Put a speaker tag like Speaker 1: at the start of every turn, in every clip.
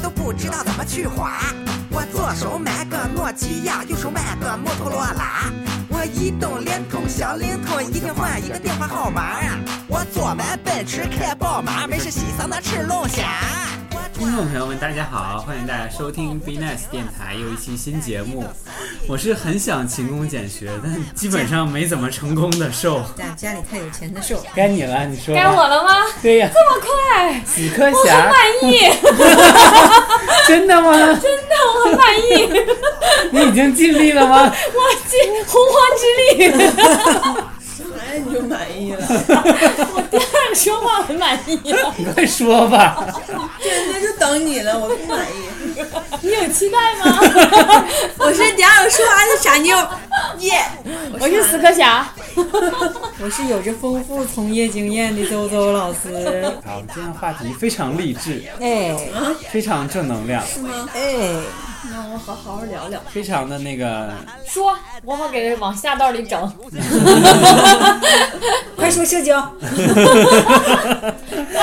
Speaker 1: 都不知道怎么去划。我左手买个诺基亚，右手买个摩托罗拉。我移动、联通、小灵通，一天换一个电话号码啊。我左买奔驰，开宝马，没事洗桑拿吃龙虾。
Speaker 2: 听众朋友们，大家好，欢迎大家收听 B Nice 电台又一期新节目。我是很想勤工俭学，但基本上没怎么成功的瘦。
Speaker 3: 家家里太有钱的瘦，
Speaker 2: 该你了，你说吧。
Speaker 4: 该我了吗？
Speaker 2: 对呀，
Speaker 4: 这么快，
Speaker 2: 死磕
Speaker 4: 我很
Speaker 2: 侠，
Speaker 4: 满意，
Speaker 2: 真的吗？
Speaker 4: 真的我很满意，
Speaker 2: 你已经尽力了吗？
Speaker 4: 我尽洪荒之力。
Speaker 3: 哎，你就满意了，
Speaker 4: 我第二说话很满意了，
Speaker 2: 你快说吧。
Speaker 3: 那就等你了，我不满意。
Speaker 4: 你有期待吗？
Speaker 3: 我是第二个啊说话的傻妞，耶！
Speaker 4: 我是死磕侠，
Speaker 3: 我是有着丰富从业经验的周周老师。
Speaker 2: 好，今天的话题非常励志，
Speaker 3: 哎
Speaker 2: 非常正能量，
Speaker 3: 哎，
Speaker 2: 非常的那个
Speaker 4: 说，我好给人往下道里整。
Speaker 3: 快说社交。
Speaker 4: 但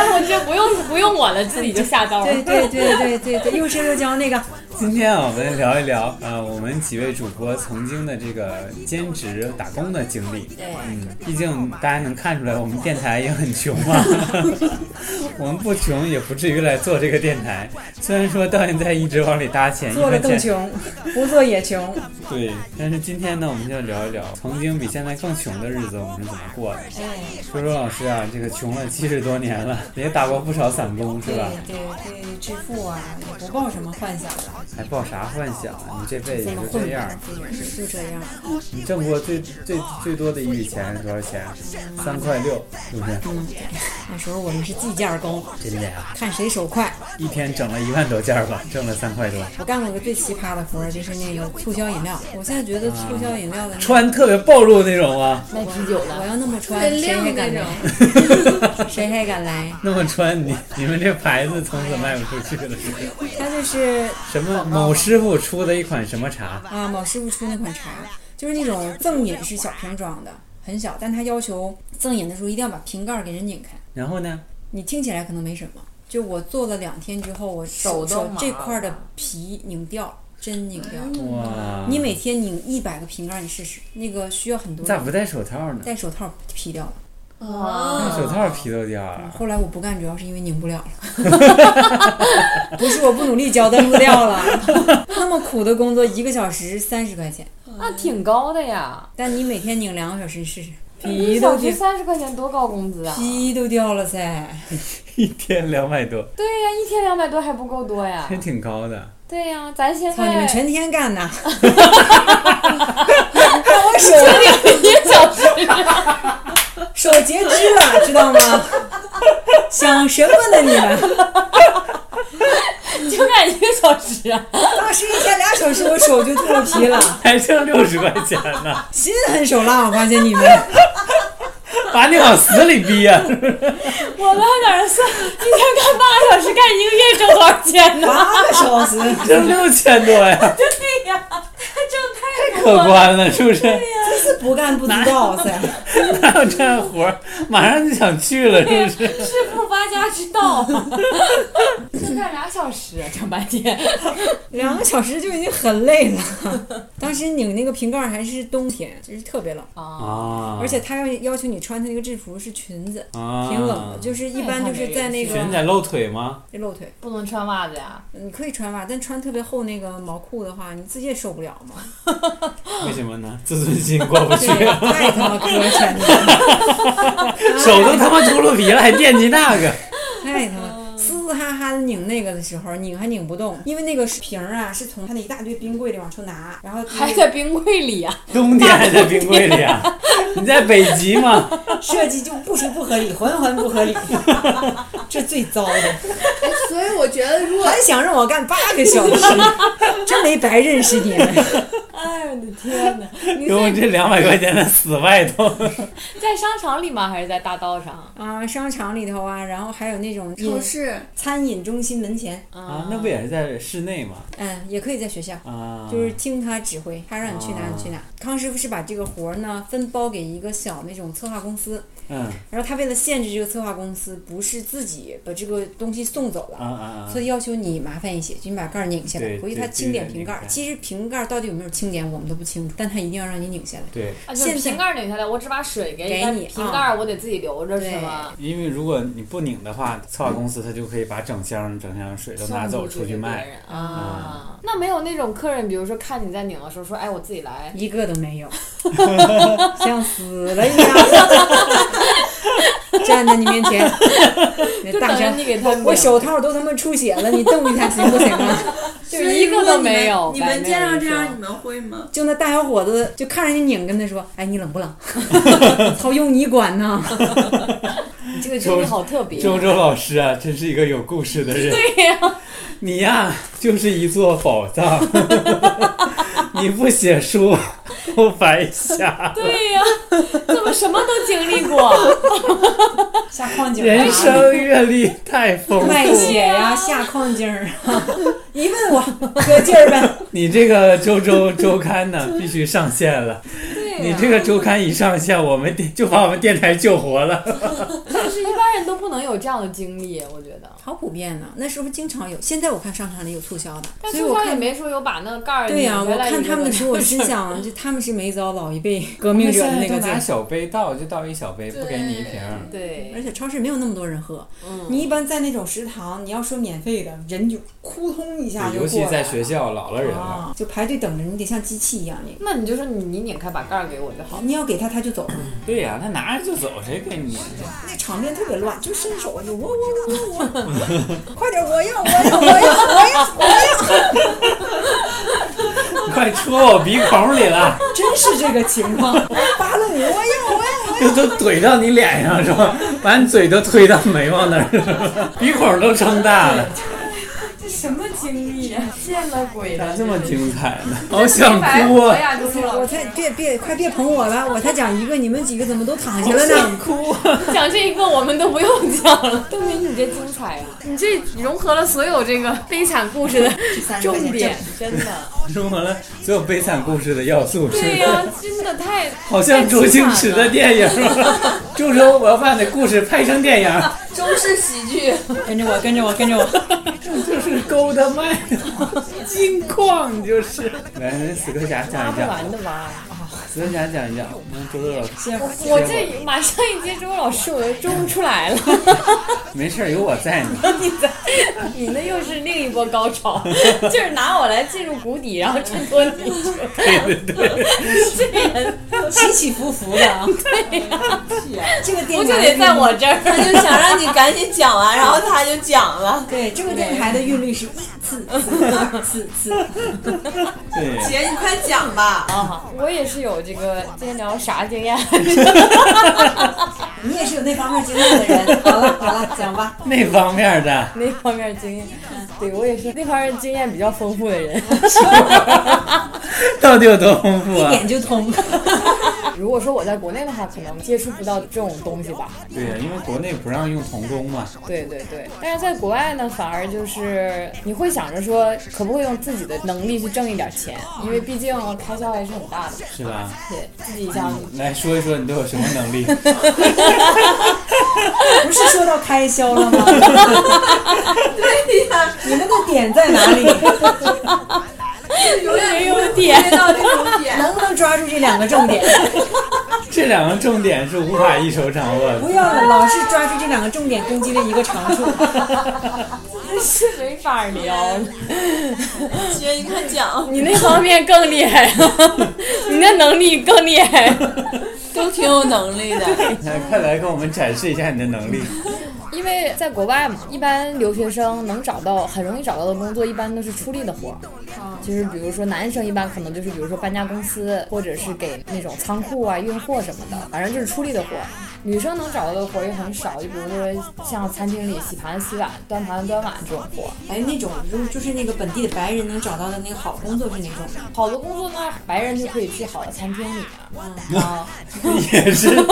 Speaker 4: 是我这不用不用我了，自己就下道了。
Speaker 3: 对对对对对对，又是社交那个。
Speaker 2: 今天啊我们聊一聊，呃，我们几位主播曾经的这个兼职打工的经历。嗯，毕竟大家能看出来，我们电台也很穷 嘛。我们不穷，也不至于来做这个电台。虽然说到现在一直往里搭钱，
Speaker 3: 做
Speaker 2: 一
Speaker 3: 了
Speaker 2: 分
Speaker 3: 更
Speaker 2: 钱。
Speaker 3: 穷，不做也穷。
Speaker 2: 对，但是今天呢，我们就聊一聊曾经比现在更穷的日子，我们是怎么过的。
Speaker 3: 哎
Speaker 2: 周周老师啊，这个穷了七十多年了，也打过不少散工，是
Speaker 3: 对
Speaker 2: 吧？
Speaker 3: 对对，致富啊，也不抱什么幻想了，
Speaker 2: 还抱啥幻想啊？你这辈子
Speaker 3: 这么
Speaker 2: 就
Speaker 3: 混
Speaker 2: 这样。
Speaker 3: 吧，就这样。
Speaker 2: 你挣过最最最多的一笔钱是多少钱？三块六，是不是？
Speaker 3: 嗯那时候我们是计件工，
Speaker 2: 真的呀，
Speaker 3: 看谁手快。
Speaker 2: 啊一天整了一万多件儿吧，挣了三块多。
Speaker 3: 我干过个最奇葩的活儿，就是那个促销饮料。我现在觉得促销饮料的那个
Speaker 2: 穿特别暴露那种啊，
Speaker 4: 卖啤酒
Speaker 3: 我
Speaker 4: 了，
Speaker 3: 要那么穿，谁还敢来？谁还敢来？
Speaker 2: 那么穿你你们这牌子从此卖不出去了。
Speaker 3: 他就是
Speaker 2: 什么某师傅出的一款什么茶？
Speaker 3: 啊，某师傅出那款茶，就是那种赠饮是小瓶装的，很小，但他要求赠饮的时候一定要把瓶盖给人拧开。
Speaker 2: 然后呢？
Speaker 3: 你听起来可能没什么，就我做了两天之后，我手
Speaker 4: 手都
Speaker 3: 手
Speaker 4: 麻了嗯
Speaker 3: 这块的皮拧掉，真拧掉。
Speaker 2: 哇，
Speaker 3: 你每天拧一百个瓶盖，你试试，那个需要很多
Speaker 2: 咋不戴手套呢？
Speaker 3: 戴手套皮掉了。
Speaker 4: 哇，
Speaker 2: 戴手套皮都掉了。
Speaker 3: 后来我不干，主要是因为拧不了 了，不是我不努力交代不掉了。 那么苦的工作，一个小时三十块钱，
Speaker 4: 那挺高的呀，
Speaker 3: 但你每天拧两个小时，你试试，
Speaker 4: 一
Speaker 3: 皮
Speaker 4: 小
Speaker 3: 都
Speaker 4: 时
Speaker 3: 掉，
Speaker 4: 三十块钱多高工资啊？
Speaker 3: 皮都掉了噻。
Speaker 2: 一天两百多，
Speaker 4: 对呀、一天两百多还不够多呀
Speaker 2: 还？挺高的。
Speaker 4: 对呀、咱现
Speaker 3: 操，你们
Speaker 4: 在
Speaker 3: 全天干呐！我手
Speaker 4: 一小时，
Speaker 3: 手截肢了，知道吗？想什么呢你们？
Speaker 4: 就干一个小时啊？
Speaker 3: 当时一天俩小时，我手就脱皮了，
Speaker 2: 还挣六十块钱呢，
Speaker 3: 心狠手辣。我发现你们，
Speaker 2: 把你往死里逼啊呀、
Speaker 4: 我们还在那算，一天干八个小时，干一个月挣多少钱呢？
Speaker 3: 八个小时，
Speaker 2: 挣六千多呀，
Speaker 4: 对呀、挣太
Speaker 2: 可
Speaker 4: 多了。
Speaker 2: 观了，是不是？
Speaker 3: 真是不干不知道噻。
Speaker 2: 哪有这样活儿？马上就想去了，是不是？
Speaker 4: 致富发家之 道，就干俩小时，整半天。
Speaker 3: 两个小时就已经很累了。当时拧那个瓶盖儿还是冬天，就是特别冷，
Speaker 4: 啊，
Speaker 2: 啊
Speaker 3: 而且他要要求你穿他那个制服是裙子，
Speaker 2: 啊
Speaker 3: 挺冷的，就是一般就是在那
Speaker 2: 裙子
Speaker 3: 个
Speaker 2: 得露腿吗？
Speaker 3: 露腿，
Speaker 4: 不能穿袜子呀，
Speaker 3: 你可以穿袜，但穿特别厚那个毛裤的话，你自己也受不了 嘛。
Speaker 2: 为什么呢？自尊心过不去
Speaker 3: 对，，太他妈磕 碜了，
Speaker 2: 手都他妈秃噜皮了，还惦记那 个。
Speaker 3: 太他妈。嘶嘶哈哈的拧那个的时候，拧还拧不动，因为那个瓶儿啊是从他那一大堆冰柜里往出拿，然后
Speaker 4: 还在冰柜里啊呀、
Speaker 2: 冬天还在冰柜里 啊？你在北极吗？
Speaker 3: 设计就不是不合理，环环不合理， 这最糟的。
Speaker 5: 哎所以我觉得，如果
Speaker 3: 还想让我干八个小时， 真没白认识你们。
Speaker 4: 哎呦我的天哪！你
Speaker 2: 给我
Speaker 4: 是
Speaker 2: 这两百块钱的死外 头。
Speaker 4: 在商场里吗？还是在大道上？
Speaker 3: 啊，商场里头啊，然后还有那种饮
Speaker 5: 超市
Speaker 3: 餐饮中心门前，
Speaker 2: 啊，那不也是在室内吗？
Speaker 3: 嗯，也可以在学校。
Speaker 2: 啊，
Speaker 3: 就是听他指挥，他让你去哪你去哪。康师傅是把这个活儿呢分包给一个小那种策划公司，
Speaker 2: 嗯
Speaker 3: 然后他为了限制这个策划公司不是自己把这个东西送走了，
Speaker 2: 啊啊啊
Speaker 3: 所！以要求你麻烦一些，就你把盖儿拧下来
Speaker 2: 对，
Speaker 3: 回去
Speaker 2: 对
Speaker 3: 他清点瓶盖
Speaker 2: 这
Speaker 3: 儿。
Speaker 2: 个
Speaker 3: 其实瓶盖儿到底有没有清点，我们都不清楚，但他一定要让你拧下来。
Speaker 2: 对，
Speaker 4: 啊，就是
Speaker 3: 现在
Speaker 4: 瓶盖拧下来，我只把水给啊
Speaker 3: 给
Speaker 4: 但
Speaker 3: 你
Speaker 4: 瓶盖儿我得自己留着是吗？
Speaker 2: 因为如果你不拧的话，策划公司他就可以把整箱整箱水都拿走出去卖。
Speaker 4: 啊。那没有那种客人，比如说看你在拧的时候说，哎，我自己来。
Speaker 3: 一个都 没有， 像死了一样，站在你面前， 那大
Speaker 4: 等着
Speaker 3: 声
Speaker 4: 你给他 拧
Speaker 3: 我手套都他妈出血了，你瞪一下行不行 啊？
Speaker 4: 就是一个都没有。
Speaker 5: 你们见到这
Speaker 4: 白
Speaker 5: 样，
Speaker 4: 面
Speaker 5: 你们会吗？
Speaker 3: 就那大小伙子就看人家拧，跟他说：“哎，你冷不冷？ 操，用你管呢？
Speaker 4: 人说，你这个经历好特别。
Speaker 2: 周周老师啊，真是一个有故事的人。
Speaker 4: 对呀、
Speaker 2: 你呀、就是一座宝 藏。你不写书，我白瞎。
Speaker 4: 对 呀、怎么什么都经历过？
Speaker 3: 下矿井
Speaker 2: 人生阅历太丰富，
Speaker 3: 卖血呀，啊下矿井儿啊！ 一问我，哥劲儿呗。
Speaker 2: 你这个周周周刊呢，必须上线了。
Speaker 4: 对呀、
Speaker 2: 你这个周刊一上线，我们电就把我们电台救活了。
Speaker 4: 就是一般人都不能有这样的经历，我觉得。
Speaker 3: 好普遍呢、那时候经常有。现在我看商场里有促销的，
Speaker 4: 但
Speaker 3: 所以
Speaker 4: 苏
Speaker 3: 我
Speaker 4: 珊也
Speaker 3: 看。
Speaker 4: 没说有把那个盖儿
Speaker 3: 对呀、
Speaker 4: 拧下
Speaker 3: 我
Speaker 4: 来
Speaker 3: 看
Speaker 4: 一个
Speaker 3: 他们的
Speaker 4: 个
Speaker 3: 时候，我心想，就他们是没遭老一 辈革命者的那个劲
Speaker 2: 拿
Speaker 3: 儿。
Speaker 2: 小杯倒，就倒一小杯，不给你一瓶。
Speaker 3: 而
Speaker 4: 对，
Speaker 3: 且超市没有那么多人喝，
Speaker 4: 嗯，
Speaker 3: 你一般在那种食堂，你要说免费的，人就扑通一下就
Speaker 2: 尤其
Speaker 3: 过来
Speaker 2: 在
Speaker 3: 了
Speaker 2: 学校，老了人了。
Speaker 3: 啊，就排队等着，你得像机器一样，你
Speaker 4: 那你就说你你拧开把盖儿给我就好了。
Speaker 3: 你要给他他就走，
Speaker 2: 对呀、他拿着就走，谁给你？
Speaker 3: 那场面特别乱，就伸手就我我我我我，快点我要我要我要我要我要，
Speaker 2: 快戳我鼻孔里了，
Speaker 3: 真是这个情况，扒拉你我要我 要我要，
Speaker 2: 这都怼到你脸上是吧？把你嘴都推到眉毛那儿是 吧，鼻孔都撑大 了，
Speaker 4: 这什么经历啊？见了鬼
Speaker 2: 咋这么精彩呢？好想 哭
Speaker 4: 我
Speaker 2: 啊！
Speaker 4: 哎呀，就是
Speaker 3: 我
Speaker 4: 我
Speaker 3: 才别别快别捧我了，我才讲一个，你们几个怎么都躺下了呢？
Speaker 2: 哭啊
Speaker 4: 讲这一个我们都不用讲了，邓明你这精彩啊！你这融合了所有这个悲惨故事的重点，真的。
Speaker 2: 融合了所有悲惨故事的要素，是
Speaker 4: 对
Speaker 2: 吧
Speaker 4: 呀、真的太
Speaker 2: 好像周星驰的电影啊。 周周，我要把你的故事拍成电影，
Speaker 4: 中式喜剧，
Speaker 3: 跟着我跟着我跟着我，
Speaker 2: 这就是勾搭 麦的金矿，就是。 来，那死磕侠讲一
Speaker 4: 不
Speaker 2: 讲
Speaker 4: 完，的吧？
Speaker 2: 死磕侠讲一讲，让周周老师
Speaker 3: 是
Speaker 4: 我这马上一接周老师，我就周不出 来了。
Speaker 2: 没事儿，有我在呢。
Speaker 4: 你的你那又是另一波高 潮，就是拿我来进入谷底，然后衬托你。
Speaker 2: 对对对，
Speaker 4: 这人，
Speaker 3: 起起伏伏的啊。对呀、这个
Speaker 4: 我
Speaker 3: 电
Speaker 4: 就
Speaker 3: 台
Speaker 4: 得在我这
Speaker 6: 他
Speaker 4: 儿。
Speaker 6: 就想让你赶紧讲完，然后他就讲了。
Speaker 3: 对这个电台的韵律是一次次次次，
Speaker 2: 对，
Speaker 6: 姐，你快讲吧。
Speaker 4: 啊，我也是有这个今天聊啥经 验？
Speaker 3: 你也是有那方面经验的人。好了好了，讲吧。
Speaker 2: 那方面 的。
Speaker 4: 那方面经验，对我也是那方面经验比较丰富的 人。
Speaker 2: 到底有多丰富啊？
Speaker 3: 点就通。
Speaker 4: 如果说我在国内的话，可能接触不到这种东西吧。
Speaker 2: 对呀，因为国内不让用童工嘛。
Speaker 4: 对对对，但是在国外呢，反而就是你会想着说，可不可以用自己的能力去挣一点钱，因为毕竟开销还是很大的，
Speaker 2: 是吧？
Speaker 4: 对嗯自己想。
Speaker 2: 来说一说你都有什么能 力？
Speaker 3: 不是说到开销了吗？对呀、你们的点在哪里？
Speaker 6: 永远
Speaker 4: 没有点
Speaker 6: 接到这种点。
Speaker 3: 能不能抓住这两个重点？
Speaker 2: 这两个重点是无法一手掌握的。
Speaker 3: 不要老是抓住这两个重点攻击的一个长处。
Speaker 4: 是没法聊，
Speaker 6: 姐，嗯你快讲，
Speaker 4: 你那方面更厉害， 你那能力更厉害。
Speaker 6: 都挺有能力的。
Speaker 2: 来，快来给我们展示一下你的能 力。
Speaker 4: 因为在国外嘛，一般留学生能找到很容易找到的工作，一般都是出力的活儿。就是比如说男生一般可能就是比如说搬家公司，或者是给那种仓库啊运货什么的，反正就是出力的活儿。女生能找到的活儿也很少，就比如说像餐厅里洗盘洗碗、端盘端碗这种活儿。
Speaker 3: 哎，那种就是就是那个本地的白人能找到的那个好工作是哪种？
Speaker 4: 好多工作呢，白人就可以去好的餐厅里面啊。
Speaker 2: 也是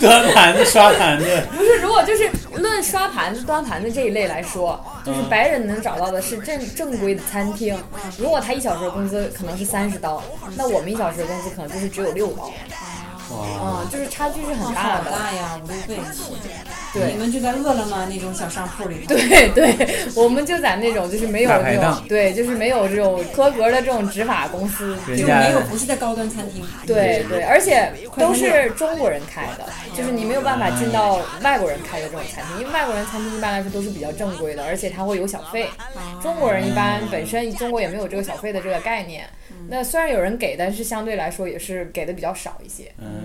Speaker 2: 端盘子、刷盘
Speaker 3: 嗯
Speaker 2: 子，
Speaker 4: 不是，如果就是论刷盘子、端盘子这一类来说，
Speaker 2: 嗯
Speaker 4: 就是白人能找到的是正正规的餐厅。如果他一小时的工资可能是三十刀，那我们一小时的工资可能就是只有六刀。
Speaker 2: 哇，
Speaker 4: 嗯，就是差距是很大
Speaker 3: 啊好
Speaker 4: 的。
Speaker 3: 大呀，五六倍。
Speaker 4: 对
Speaker 3: 你们就在饿了么那种小商铺里头。
Speaker 4: 对对，我们就在那种就是没有
Speaker 2: 大排
Speaker 4: 这种
Speaker 2: 档
Speaker 4: 对，就是没有这种合格的这种执法公司。
Speaker 2: 人
Speaker 3: 就没有
Speaker 2: 家
Speaker 3: 不是在高端餐厅，
Speaker 4: 对对，而且都是中国人开的，就是你没有办法进到外国人开的这种餐厅，因为外国人餐厅一般来说都是比较正规的，而且它会有小费。中国人一般本身中国也没有这个小费的这个概念，那虽然有人给，但是相对来说也是给的比较少一些。
Speaker 2: 嗯，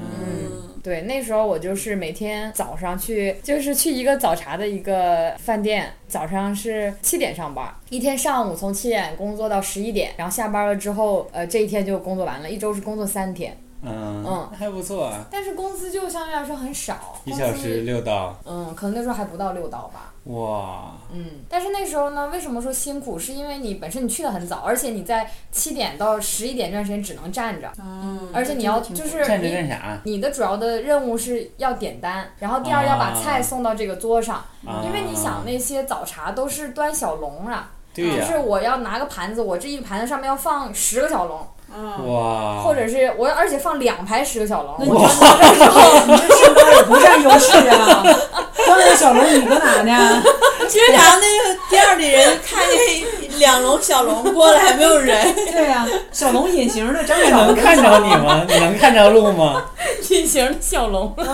Speaker 4: 对，那时候我就是每天早上去，就是去一个早茶的一个饭店，早上是七点上班，一天上午从七点工作到十一点，然后下班了之后，呃，这一天就工作完了，一周是工作三天，
Speaker 2: 嗯
Speaker 3: 哦
Speaker 4: 嗯
Speaker 2: 还不错啊，
Speaker 4: 但是工资就相对来说很少，
Speaker 2: 一
Speaker 4: 工
Speaker 2: 小
Speaker 4: 资
Speaker 2: 时，六道，
Speaker 4: 嗯，可能那时候还不到六刀吧，
Speaker 2: 哇，
Speaker 4: 嗯，但是那时候呢，为什么说辛苦？是因为你本身你去的很早，而且你在七点到十一点这段时间只能站着，
Speaker 3: 嗯
Speaker 4: 而且你要就是
Speaker 2: 站着
Speaker 4: 你
Speaker 2: 干啥？
Speaker 4: 你的主要的任务是要点单，然后第二要把菜送到这个桌上，
Speaker 2: 啊
Speaker 4: 因为你想那些早茶都是端小笼啊，
Speaker 2: 对
Speaker 4: 就
Speaker 2: 呀、
Speaker 4: 是我要拿个盘子，我这一盘子上面要放十个小笼，
Speaker 2: 啊哇，
Speaker 4: 或者是我要而且放两排十个小笼，
Speaker 3: 你身高也不占优势啊！刚才小龙你搁哪呢？
Speaker 6: 其实咱那个店儿里人看见两笼小笼过来，没有人，
Speaker 3: 对呀、小龙隐形的，张
Speaker 2: 这
Speaker 3: 小
Speaker 2: 能
Speaker 3: 龙
Speaker 2: 看着你 吗？你能看着路吗？
Speaker 4: 隐形的小笼。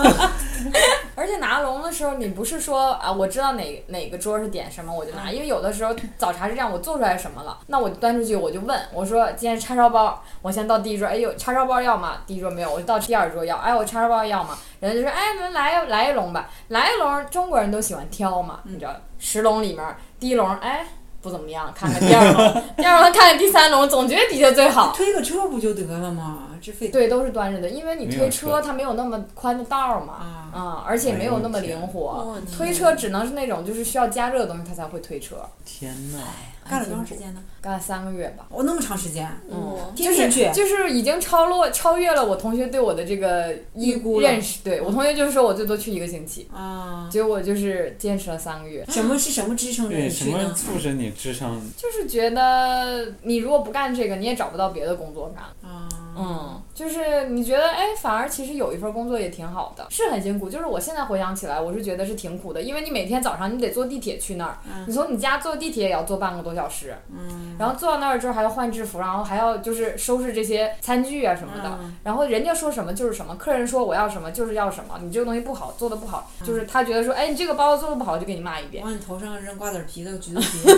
Speaker 4: 而且拿笼的时候，你不是说啊，我知道哪哪个桌是点什么，我就拿，因为有的时候早茶是这样，我做出来什么了，那我就端出去，我就问我说今天叉烧包，我先到第一桌，哎呦叉烧包要吗？第一桌没有，我就到第二桌要，哎我叉烧包要吗？人家就说哎那来来一笼吧，来一笼，中国人都喜欢挑嘛，你知道，十笼里面第一笼哎不怎么样，看看第二笼， 第二笼看看第三笼，总觉得底下最好。
Speaker 3: 推个车不就得了吗？这费
Speaker 4: 对，都是端着的，因为你
Speaker 2: 没有
Speaker 4: 推
Speaker 2: 车
Speaker 4: 车它没有那么宽的道儿嘛，
Speaker 3: 啊
Speaker 4: 嗯，而且没有那么灵活
Speaker 6: 哎呦天，
Speaker 4: 推车只能是那种就是需要加热的东西它才会推车，
Speaker 2: 天哪，
Speaker 3: 干了多长时间呢？
Speaker 4: 干了三个月吧，
Speaker 3: 我、那么长时间，
Speaker 6: 嗯，
Speaker 3: 天天去。
Speaker 4: 就是已经超落超越了我同学对我的这个
Speaker 3: 预估了
Speaker 4: 认识，对我同学就是说我最多去一个星期，
Speaker 3: 啊，
Speaker 4: 结果我就是坚持了三个月，
Speaker 3: 什么是什么支撑着
Speaker 2: 对，
Speaker 3: 你
Speaker 2: 什
Speaker 3: 去
Speaker 2: 么
Speaker 3: 呢？
Speaker 2: 促使你智商？
Speaker 4: 就是觉得你如果不干这个，你也找不到别的工作干了。
Speaker 3: 啊，
Speaker 4: 嗯，就是你觉得，哎，反而其实有一份工作也挺好的，是很辛苦。就是我现在回想起来，我是觉得是挺苦的，因为你每天早上你得坐地铁去那儿，你从你家坐地铁也要坐半个多小时，嗯，然后坐到那儿之后还要换制服，然后还要就是收拾这些餐具啊什么的，然后人家说什么就是什么，客人说我要什么就是要什么，你这个东西不好，做的不好，就是他觉得说，哎，你这个包子做的不好，就给你骂一遍。
Speaker 3: 往你头上扔瓜子皮的橘子皮，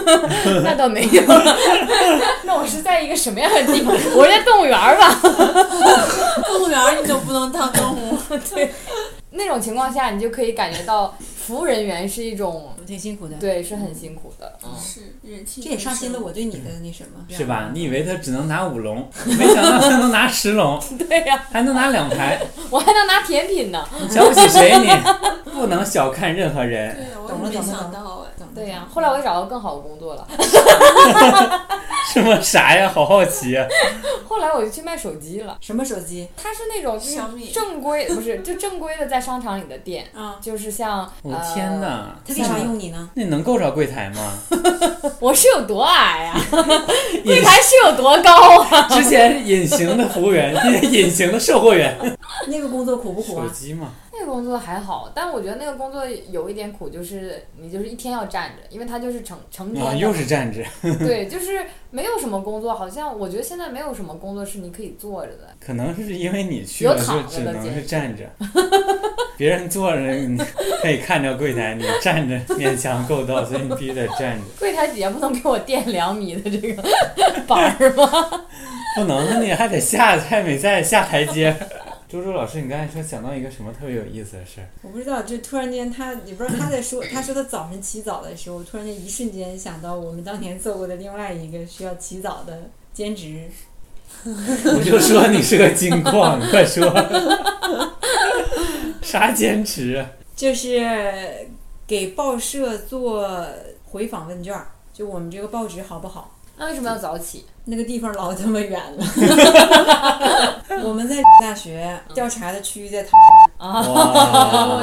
Speaker 4: 那倒没有，那我是在一个什么样的地方？我是在动物园儿吧。
Speaker 6: 动物园儿你都不能当动物，
Speaker 4: 那种情况下，你就可以感觉到服务人员是一种，
Speaker 3: 挺辛苦的。
Speaker 4: 对，是很辛苦的。嗯，
Speaker 6: 是人气
Speaker 3: 这也刷新了我对啊你的那什么，
Speaker 2: 嗯是？吧？你以为他只能拿五笼，没想到他能拿十笼，
Speaker 4: 对呀、
Speaker 2: 还能拿两排，
Speaker 4: 我还能拿甜品呢。
Speaker 2: 你瞧不起谁你？不能小看任何人。
Speaker 6: 对，我
Speaker 3: 懂
Speaker 6: 也
Speaker 3: 了懂
Speaker 6: 没
Speaker 3: 了
Speaker 6: 想
Speaker 3: 懂
Speaker 6: 到哎，
Speaker 4: 对呀、后来我也找到更好的工作了，
Speaker 2: 什么啥呀？好好奇呀、
Speaker 4: 后来我就去卖手机了。
Speaker 3: 什么手机？
Speaker 4: 它是那种嗯
Speaker 6: 小米
Speaker 4: 正规，不是就正规的在商场里的店，
Speaker 3: 啊，
Speaker 4: 就是像
Speaker 2: 我、
Speaker 4: 呃
Speaker 2: 哦天
Speaker 4: 哪，
Speaker 2: 哪，
Speaker 3: 他为啥用你呢？
Speaker 2: 那能够着柜台吗？
Speaker 4: 我是有多矮呀、柜台是有多高啊？
Speaker 2: 之前隐形的服务员， 隐形的售货员，
Speaker 3: 那个工作苦不苦
Speaker 2: 手
Speaker 3: 啊？
Speaker 2: 机嘛，
Speaker 4: 那个工作还好，但我觉得那个工作有一点苦，就是你就是一天要站着，因为它就是成成天
Speaker 2: 啊，
Speaker 4: 的
Speaker 2: 又是站着，
Speaker 4: 对，就是没有什么工作，好像我觉得现在没有什么工作是你可以坐着的。
Speaker 2: 可能是因为你去
Speaker 4: 有
Speaker 2: 了就
Speaker 4: 躺着
Speaker 2: 只
Speaker 4: 的
Speaker 2: 能
Speaker 4: 简
Speaker 2: 是
Speaker 4: 直
Speaker 2: 站着，别人坐着你可以看着柜台，你站着勉强够到，所以你必须得站着，
Speaker 4: 柜台底下不能给我垫两米的这个板儿吗？
Speaker 2: 不能你还得下太美在下台阶。 周周老师，你刚才说想到一个什么特别有意思的事儿？
Speaker 3: 我不知道，就突然间他，你不知道他在说，他说他早晨起早的时候，我突然间一瞬间想到我们当年做过的另外一个需要起早的兼职，
Speaker 2: 我就说你是个金矿， 你快说，啥坚持？
Speaker 3: 就是给报社做回访问卷儿，就我们这个报纸好不好？
Speaker 4: 那为什么要早起？
Speaker 3: 那个地方 老他妈远了。我们在大学调查的区域在桃，
Speaker 2: 哇，
Speaker 4: 啊，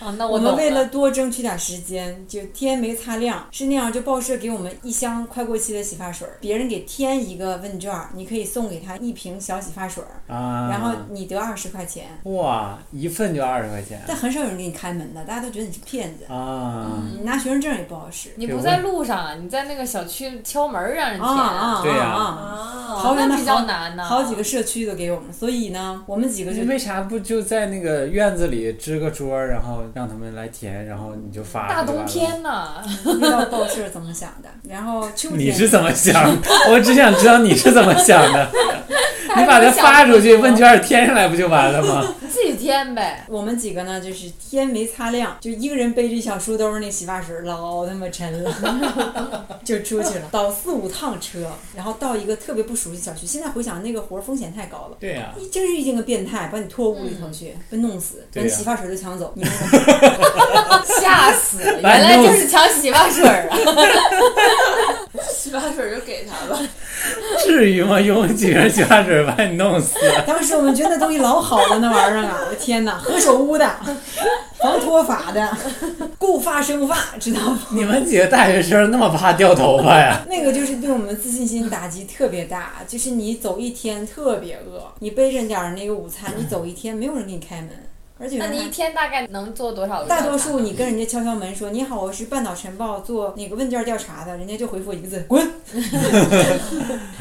Speaker 2: 嗯
Speaker 4: 那
Speaker 3: 我
Speaker 4: 我
Speaker 3: 们
Speaker 4: 懂
Speaker 3: 为了多争取点时间，就天没擦亮，是那样就报社给我们一箱快过期的洗发水儿，别人给添一个问卷儿，你可以送给他一瓶小洗发水儿，
Speaker 2: 啊，
Speaker 3: 然后你得二十块钱。
Speaker 2: 哇，一份就二十块钱
Speaker 3: 但很少有人给你开门的，大家都觉得你是骗子。
Speaker 2: 啊！
Speaker 3: 你拿学生证也不好使。
Speaker 4: 你不在路上，啊你在那个小区敲门让人
Speaker 3: 啊
Speaker 4: 填，
Speaker 3: 啊
Speaker 2: 对呀
Speaker 3: 啊啊！
Speaker 6: 啊，
Speaker 3: 桃园的
Speaker 4: 那比较
Speaker 3: 好
Speaker 4: 难呢
Speaker 3: 好几个社区都给我们，所以呢，我们几个就
Speaker 2: 你为啥不就在那个院子里支个桌儿，然后让他们来填，然后你就发？
Speaker 4: 大冬，天呢，
Speaker 3: 不知道报社怎么想的。然后秋天，
Speaker 2: 你是怎么想的？我只想知道你是怎么想的。你把它发出去，问卷儿填上来不就完了吗？
Speaker 4: 自己填 呗。
Speaker 3: 我们几个呢，就是天没擦亮，就一个人背着一小书兜儿那洗发水，老他妈沉了， 就出去了，倒四五趟车，然后到一个特别不熟悉小区。现在回想那个活儿风险太高了。
Speaker 2: 对啊呀、
Speaker 3: 你真是遇见个变态，把你拖屋里头去，被弄死，
Speaker 2: 嗯对
Speaker 3: 把
Speaker 2: 呀
Speaker 3: 你洗发水都抢走，你
Speaker 4: 吓 死！原来就是抢洗发水儿啊！
Speaker 6: 洗发水就给他吧。
Speaker 2: 至于吗？用几瓶洗发水把你弄死？
Speaker 3: 当时我们觉得那东西老好了，那玩意儿啊，我的天哪，何首乌的， 防脱发的，固发生发，知道吗？
Speaker 2: 你们几个大学生那么怕掉头发呀？
Speaker 3: 那个就是对我们自信心打击特别 大，就是你走一天特别饿，你背着点儿那个午 餐，你走一天没有人给你开门，而且
Speaker 4: 那你一天大概能做多少个？
Speaker 3: 大多数你跟人家敲敲门说你好，我是半岛晨报做那个问卷调查的，人家就回复一个字滚。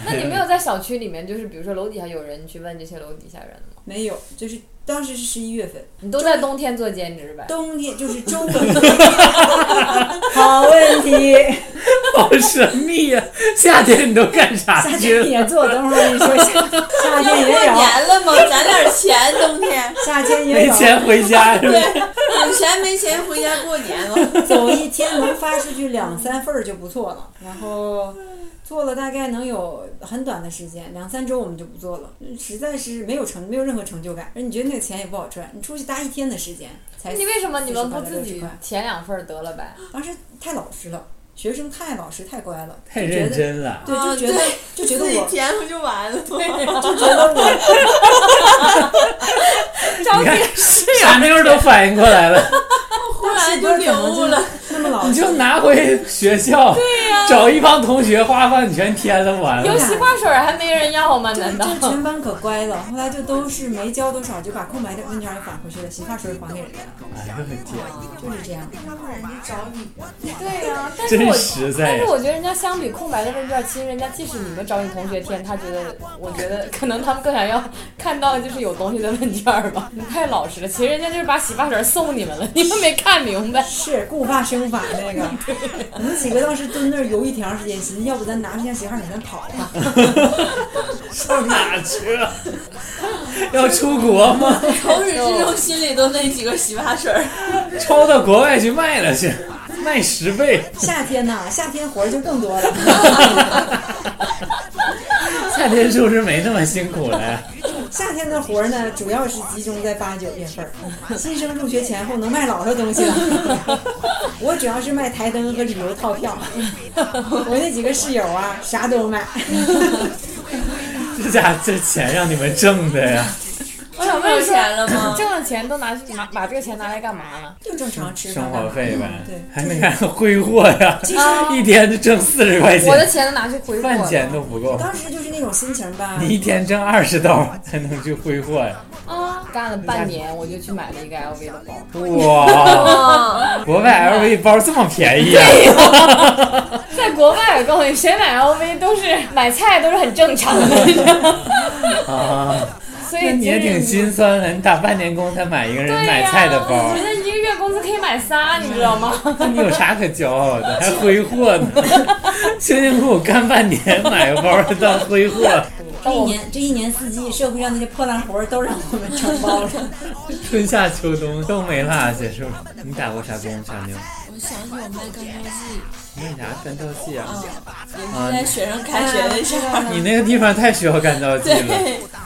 Speaker 4: 那你没有在小区里面，就是比如说楼底下有人，你去问这些楼底下人吗？
Speaker 3: 没有，就是当时是十一月份，
Speaker 4: 你都在冬天做兼职呗？
Speaker 3: 冬天就是 周围。好问题，
Speaker 2: 好神秘呀、夏天你都干啥
Speaker 3: 夏
Speaker 2: 去
Speaker 3: 天
Speaker 2: 了？
Speaker 3: 也做，等会儿我跟你说 夏夏
Speaker 6: 过
Speaker 3: 天也有，
Speaker 6: 年了嘛，攒点钱，冬天
Speaker 3: 夏天也
Speaker 2: 没
Speaker 3: 有，
Speaker 2: 钱回 家是吧？
Speaker 6: 有钱没钱回家过年 了。
Speaker 3: 走一天能发出去两三份儿就不错了。然后做了大概能有很短的时间，两三周我们就不做了，实在是没有成，没有任何成就感。而你觉得那个钱也不好赚，你出去搭一天的时间才
Speaker 4: 哎你为什么你们不自
Speaker 3: 48-60
Speaker 4: 己
Speaker 3: 块
Speaker 4: 填两份儿得了呗？
Speaker 3: 当时太老实了，学生太老实太乖了，
Speaker 2: 太
Speaker 3: 就觉
Speaker 2: 认
Speaker 3: 得。
Speaker 2: 真了。
Speaker 3: 对，就觉得、就觉得
Speaker 6: 啊自己
Speaker 3: 我
Speaker 6: 填不就完了吗？
Speaker 3: 就觉得我
Speaker 4: 着
Speaker 2: 你
Speaker 4: 急
Speaker 2: 看，傻妞都反应过来了，
Speaker 6: 忽然就领悟了，
Speaker 3: 那么老
Speaker 2: 你
Speaker 3: 实，
Speaker 2: 就拿回学校，找一帮同学花饭全填了完
Speaker 4: 有
Speaker 2: 了。
Speaker 4: 洗发水儿还没人要吗？难道
Speaker 3: 这？全班可乖了，后来就都是没交多少就把空白的问卷儿也返回去了，洗发水还给人家了，
Speaker 2: 哎呦我天，
Speaker 3: 就是这样。
Speaker 4: 对呀、但是
Speaker 2: 真
Speaker 4: 我
Speaker 2: 实
Speaker 4: 但
Speaker 2: 在
Speaker 4: 是。我觉得人家相比空白的问卷，其实人家即使你们找你同学填，他觉得，我觉得 可能他们更想要看到就是有东西的问卷儿吧。你太老实了，其实人家就是把洗发水送你们了，你们没看明白。
Speaker 3: 是固发生发那个，我们几个当时蹲那儿游一挺长时间，寻思要不咱拿着箱洗发水咱跑吧。
Speaker 2: 啊 上哪去 了？要出国吗？
Speaker 6: 从始至
Speaker 4: 哦
Speaker 6: 终心里都那几个洗发水儿。
Speaker 2: 抽到国外去卖了去，卖十倍。
Speaker 3: 夏天呐、夏天活儿就更多了。
Speaker 2: 夏天是不是没那么辛苦了 呀？
Speaker 3: 夏天的活儿呢，主要是集中在八九月份儿，新生入学前后能卖老多东西了。 我主要是卖台灯和旅游套票，我那几个室友啊，啥都卖。
Speaker 2: 这家这钱让你们挣的呀？
Speaker 4: 我想问
Speaker 6: 有
Speaker 4: 一下，
Speaker 6: 钱了吗？
Speaker 4: 挣了钱都拿去拿把这个钱拿来干嘛了？
Speaker 3: 就正常吃饭
Speaker 2: 生活费呗，
Speaker 4: 嗯
Speaker 3: 对
Speaker 2: 还能干挥霍呀，一天就挣四十块
Speaker 4: 我的
Speaker 2: 钱，
Speaker 4: 钱都拿去挥霍
Speaker 2: 饭
Speaker 4: 了
Speaker 2: 钱都不够。
Speaker 3: 当时就是那种心情吧，
Speaker 2: 你一天挣二十刀才能去挥霍呀！
Speaker 4: 啊！干了半年，我就去买了一个 LV 的包。
Speaker 2: 哇，
Speaker 6: 嗯
Speaker 2: 国外 LV 包这么便宜啊！
Speaker 4: 在国外，我告诉你，谁买 LV 都是买菜都是很正常的，
Speaker 2: 啊，
Speaker 4: 所
Speaker 2: 那
Speaker 4: 以
Speaker 2: 你也
Speaker 4: 就是
Speaker 2: 挺心酸的，你打半年工才买一个人
Speaker 4: 对
Speaker 2: 买
Speaker 4: 呀，
Speaker 2: 菜的包嗯
Speaker 4: 我觉，得一个月工资可以买仨，你知道吗？
Speaker 2: 那你有啥可骄傲的？还挥霍 呢，辛辛苦苦干半年买个包当挥霍，
Speaker 3: 这一年这一年四季，社会上那些破烂活儿都让我们承包了。
Speaker 2: 春夏秋冬都没落下，是吧？你打过啥工，傻妞？
Speaker 6: 我想起我卖干燥剂，
Speaker 2: 为啥干燥剂啊？
Speaker 6: 也是在学生开学的时候。
Speaker 2: 你那个地方太需要干燥剂了，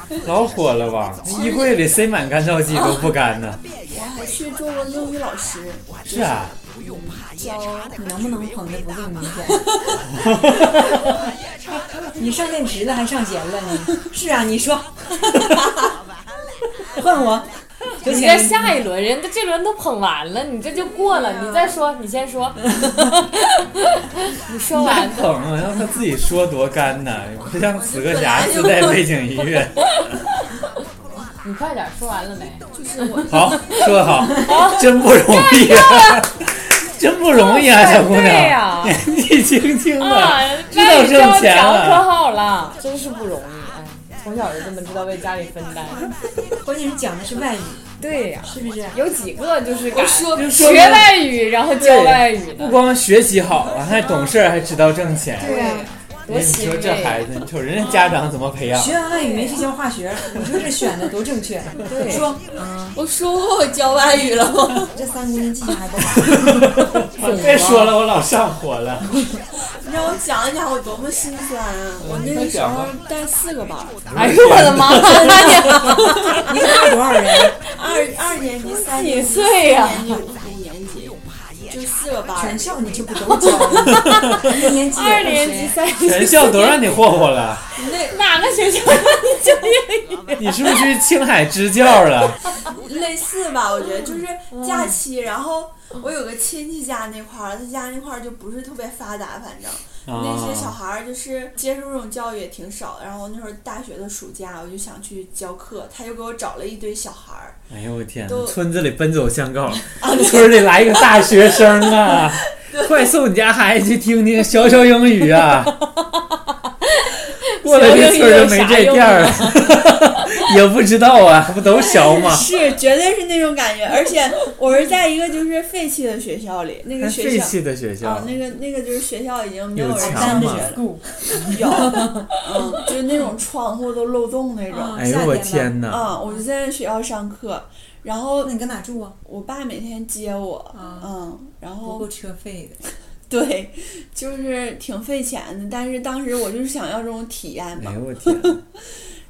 Speaker 6: 对，
Speaker 2: 老火了吧？衣柜里塞满干燥剂都不干呢。
Speaker 6: 我还去做过英语老师，
Speaker 2: 是啊，
Speaker 6: 教
Speaker 3: 你能不能捧的不够明显？ 你上电 池了还上弦了你？是啊，你说，换我。
Speaker 2: 之
Speaker 4: 你
Speaker 2: 前
Speaker 4: 在下一轮，人家这轮都捧完了，你这就过了，你再说，你 先说， 你说完
Speaker 2: 太。捧了，让他自己说多干呐，不像死个侠自带背景音乐。
Speaker 4: 你快点说完了没？
Speaker 5: 就是我
Speaker 2: 好，说得好，真不容易，啊，真不容易啊，小姑
Speaker 4: 对
Speaker 2: 娘，
Speaker 4: 呀
Speaker 2: 年纪轻轻
Speaker 4: 啊
Speaker 2: 的，，知道
Speaker 4: 外
Speaker 2: 挣
Speaker 4: 交
Speaker 2: 钱
Speaker 4: 条可
Speaker 2: 了。
Speaker 4: 好了，真是不容易。哎，从小就这么知道为家里分担。
Speaker 3: 关键是讲的是外语，
Speaker 4: 对呀、
Speaker 3: 是不是？
Speaker 4: 有几个就是敢
Speaker 2: 就说
Speaker 4: 学
Speaker 2: 明哎
Speaker 4: 外语然后教外语
Speaker 2: 不
Speaker 4: 的，
Speaker 2: 光学习好了，还懂事儿，还知道挣钱。
Speaker 3: 对呀、
Speaker 4: 多
Speaker 2: 哎你
Speaker 4: 欣
Speaker 2: 说这孩
Speaker 4: 慰。啊
Speaker 2: 子，你瞅人家家长怎么培养？
Speaker 3: 学完外语没去教化学，你说这选的多正 确？
Speaker 4: 对
Speaker 3: 说
Speaker 6: 我嗯说过我教外语了吗？
Speaker 3: 这三姑娘记性还不好，
Speaker 2: 别说了，我老上火了。
Speaker 6: 你让我讲一讲我多么心酸啊！我那个时候带四个班儿，
Speaker 4: 哎呦我的妈呀！
Speaker 3: 一个班多少人？
Speaker 6: 二二年级、三年
Speaker 4: 几
Speaker 6: 级、
Speaker 4: 岁呀、
Speaker 6: 四年级、五年级，就四个班儿
Speaker 3: 啊全。校你就不都教了？一年级、
Speaker 4: 二年级、，三年级，
Speaker 2: 全校都让你霍霍了，
Speaker 4: 那哪个学校让你教英语？
Speaker 2: 你是不是去青海支教了？
Speaker 6: 类似吧，我觉得就是假期，然后我有个亲戚家那块儿，他家那块儿就不是特别发达，反正那些小
Speaker 2: 啊，
Speaker 6: 孩儿就是接受这种教育也挺少的。然后我那时候大学的暑假，我就想去教课，他就给我找了一堆小孩儿，
Speaker 2: 哎呦我天
Speaker 6: 都，
Speaker 2: 村子里奔走相告， 村里来一个大学生啊，快送你家孩子去听听学学英语啊。 过了这村儿就没这店儿了， 也不知道啊，不都学吗？
Speaker 6: 是绝对是那种感觉。而且我是在一个就是废弃的学校里， 那
Speaker 2: 还
Speaker 6: 个学
Speaker 2: 哎废
Speaker 6: 校。
Speaker 2: 弃的学
Speaker 6: 啊
Speaker 2: 校，，
Speaker 6: 那个那个就是学校已经没
Speaker 2: 有
Speaker 6: 人
Speaker 2: 墙
Speaker 6: 上学
Speaker 2: 吗
Speaker 6: 了， 有，嗯，就是那种窗户都漏洞那种，
Speaker 2: 哎呦我天哪！
Speaker 6: 嗯，我就在学校上课，然后
Speaker 3: 那你搁哪住啊？
Speaker 6: 我爸每天接我，
Speaker 3: 啊
Speaker 6: 嗯，然
Speaker 3: 不够
Speaker 6: 后
Speaker 3: 车费的，
Speaker 6: 对，就是挺费钱的，但是当时我就是想要这种体验
Speaker 2: 哎
Speaker 6: 嘛。
Speaker 2: 呦我天，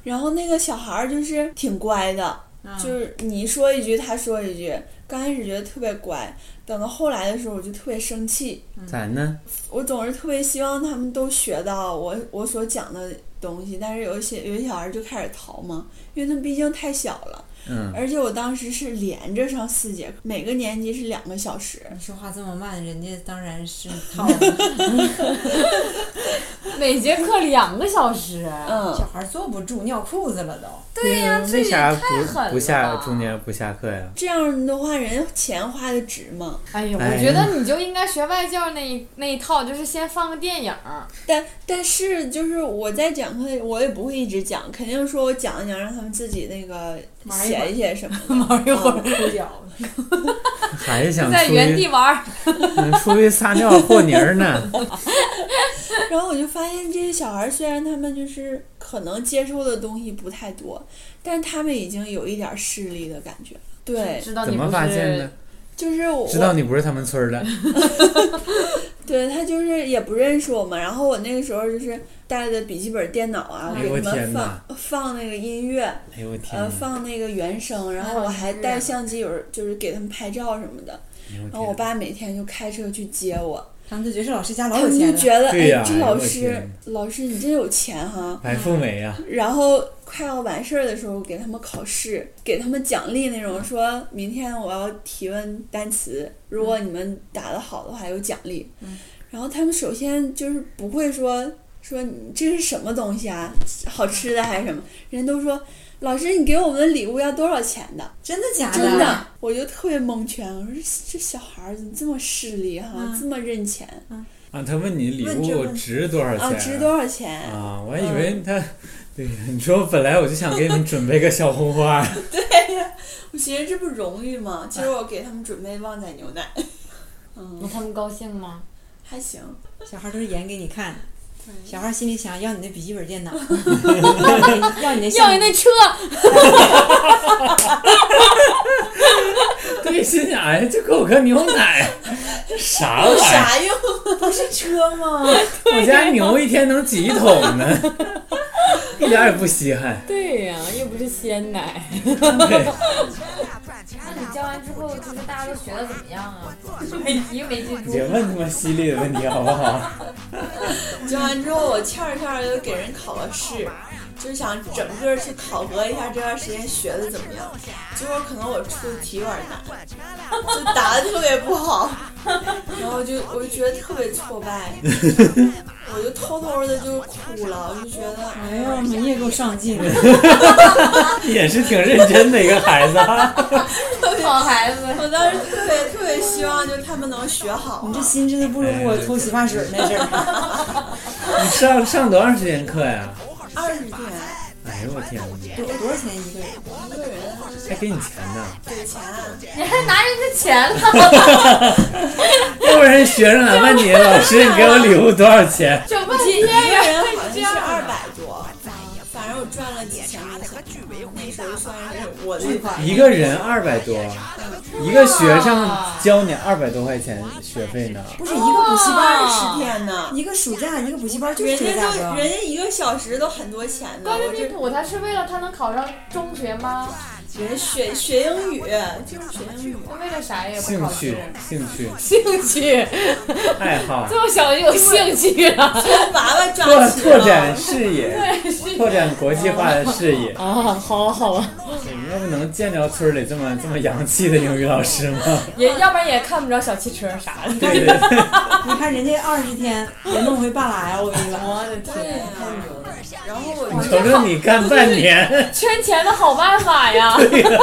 Speaker 6: 然后那个小孩儿就是挺乖的，嗯
Speaker 3: 啊嗯
Speaker 6: 就是你说一句他说一句，刚开始觉得特别乖，等到后来的时候我就特别生气，
Speaker 2: 咋呢？
Speaker 6: 我总是特别希望他们都学到我我所讲的东西，但是有一些有一些小孩儿就开始逃嘛，因为他们毕竟太小了，
Speaker 2: 嗯，
Speaker 6: 而且我当时是连着上四节课，每个年级是两个小时。
Speaker 3: 你说话这么慢，人家当然是 套了。
Speaker 4: 每节课两个小时。
Speaker 6: 嗯，
Speaker 3: 小孩坐不住，尿裤子了都。
Speaker 4: 对呀、这
Speaker 2: 嗯为
Speaker 4: 也
Speaker 2: 啥
Speaker 4: 太
Speaker 2: 不
Speaker 4: 狠
Speaker 2: 不
Speaker 4: 了
Speaker 2: 下
Speaker 4: 吧
Speaker 2: 中？间不下课呀？
Speaker 6: 这样的话，人钱花的值嘛。
Speaker 4: 哎呀，
Speaker 2: 哎
Speaker 4: 我觉得你就应该学外教那一那一套，就是先放个电影儿。
Speaker 6: 但但是就是我在讲课，我也不会一直讲，肯定说我讲一讲，让他们自己那个
Speaker 3: 玩一会儿
Speaker 6: 写一 写什么哎的。
Speaker 3: 玩一会儿抠脚，
Speaker 2: 还是想
Speaker 4: 在
Speaker 2: 出
Speaker 4: 原
Speaker 2: 去
Speaker 4: 地玩儿，
Speaker 2: 嗯出去撒尿和泥儿呢？
Speaker 6: 然后我就发现这些小孩儿虽然他们就是可能接受的东西不太多，但他们已经有一点势力的感觉。对，
Speaker 4: 知道
Speaker 2: 怎
Speaker 4: 你不
Speaker 2: 么发现
Speaker 4: 是
Speaker 2: 的？
Speaker 6: 就是我
Speaker 2: 知道你不是他们村儿的，
Speaker 6: 对他就是也不认识我们，然后我那个时候就是带着笔记本电脑啊，
Speaker 2: 哎
Speaker 6: 给
Speaker 2: 呦
Speaker 6: 他
Speaker 2: 我天
Speaker 6: 们
Speaker 2: 哪
Speaker 6: 放放那个音乐，
Speaker 2: 哎呦我天
Speaker 6: 呃，
Speaker 2: 哪！
Speaker 6: 放那个原声，
Speaker 3: 哎
Speaker 6: 然后我还
Speaker 3: 啊
Speaker 6: 带相机，有时候就是给他们拍照什么的。
Speaker 2: 哎呦
Speaker 6: 然后我
Speaker 2: 我天
Speaker 6: 爸每天就开车去接我，
Speaker 3: 他们就觉得这老师家老
Speaker 6: 他
Speaker 3: 有
Speaker 6: 们
Speaker 3: 钱啊
Speaker 6: 就
Speaker 3: 了。
Speaker 6: 觉得
Speaker 2: 对呀
Speaker 6: 哎，这老
Speaker 2: 哎呦我
Speaker 6: 师
Speaker 2: 天
Speaker 6: 老师你真有钱哈、
Speaker 2: 白富美呀！
Speaker 6: 然后快要完事儿的时候，给他们考试，给他们奖励那种，说明天我要提问单词，如
Speaker 3: 嗯
Speaker 6: 果你们答得好的话有奖励。然后他们首先就是不会说说你这是什么东西啊，好吃的还是什么，人都说老师你给我们的礼物要多少钱的？
Speaker 3: 真的假
Speaker 6: 真的，我就特别蒙圈，我说这这小孩儿怎么这么势利哈、
Speaker 3: 嗯
Speaker 6: 这么认钱
Speaker 2: 啊，他问你礼
Speaker 3: 问这
Speaker 2: 物
Speaker 3: 问
Speaker 2: 值多少
Speaker 6: 啊？
Speaker 2: 钱？
Speaker 6: 值多少钱？
Speaker 2: 啊？我还以为他，对你说本来我就想给你们准备个小红花，
Speaker 6: 我寻思这不荣誉吗？其实
Speaker 2: 嗯
Speaker 6: 我给他们准备旺仔牛奶，
Speaker 4: 那他们高兴吗？
Speaker 6: 还行。
Speaker 3: 小孩都是演给你看的。
Speaker 6: 对
Speaker 3: 小孩心里想要你那笔记本电脑，要你要你那
Speaker 4: 要
Speaker 3: 相
Speaker 4: 你那
Speaker 3: 机
Speaker 4: 车，
Speaker 2: 对，心想哎，就给我个牛奶，啥玩意儿？
Speaker 6: 啥用？
Speaker 3: 不是车吗？
Speaker 2: 我家牛一天能挤一桶 呢，一点儿也不稀罕。
Speaker 4: 对呀、又不是鲜奶。
Speaker 2: 对，
Speaker 4: 你教完之后，就是大家都学的怎么样 啊？没题没记住。
Speaker 2: 别问他妈犀利的问题好不好？
Speaker 6: 教完之后，我欠儿欠儿就给人考个试，就是想整个去考核一下这段时间学的怎么样。结果可能我出的题有点难，就答的特别不好，然后就我就觉得特别挫败，我就偷偷的就哭了，我就觉得
Speaker 3: 哎呦，你也够上进的，
Speaker 2: 也是挺认真的一个 孩子啊。
Speaker 4: 好孩子，
Speaker 6: 我当时特别特别希望就他们能学好
Speaker 3: 你，这心真的不如我偷洗发水那阵儿。
Speaker 2: 你上上多长时间课呀？
Speaker 6: 二十天
Speaker 2: 哎呦我天哪，
Speaker 3: 多多少钱一个人？
Speaker 6: 一个人
Speaker 2: 还给你钱呢？
Speaker 6: 给钱，
Speaker 4: 你还拿人家钱了，
Speaker 2: 要不然学生来问你，老师你给我礼物多少 钱？
Speaker 4: 整半
Speaker 6: 一个
Speaker 4: 天呀，
Speaker 6: 人好像是二百多。反正我赚了几千块钱，那时候算是我的
Speaker 3: 巨款
Speaker 2: 一个人二百多，一个学生交你二百多块钱学费呢。
Speaker 3: 不是一个补习班
Speaker 6: 二
Speaker 3: 儿
Speaker 6: 十
Speaker 3: 是，
Speaker 6: 天呢，
Speaker 3: 一个暑假一个补习班就是
Speaker 6: 人
Speaker 3: 这个
Speaker 6: 家
Speaker 3: 价
Speaker 6: 都
Speaker 3: 格。
Speaker 6: 人家一个小时都很多钱呢，
Speaker 4: 关
Speaker 6: 我
Speaker 4: 键你
Speaker 6: 这
Speaker 4: 补他是为了他能考上中学吗？
Speaker 6: 人家学学英语就是学英语，
Speaker 4: 他为了啥也不
Speaker 2: 兴
Speaker 4: 考试
Speaker 2: 趣，，兴趣，
Speaker 4: 兴趣，
Speaker 2: 爱 好，
Speaker 4: 这么小就有兴趣了
Speaker 6: 从娃娃抓
Speaker 2: 拓
Speaker 6: 起了，
Speaker 2: 拓展视野， 拓展国际化的视野。
Speaker 4: 啊？好好啊，
Speaker 2: 你们要不能见着村里这么这么洋气的英语老师 吗？
Speaker 4: 也要不然也看不着小汽车啥的。
Speaker 2: 对对对，
Speaker 3: 你看人家二十天也弄回半拉呀，我跟你讲。
Speaker 4: 我的天，
Speaker 6: 然后我
Speaker 2: 瞅瞅你干半年，
Speaker 4: 圈钱的好办法呀！
Speaker 6: 真的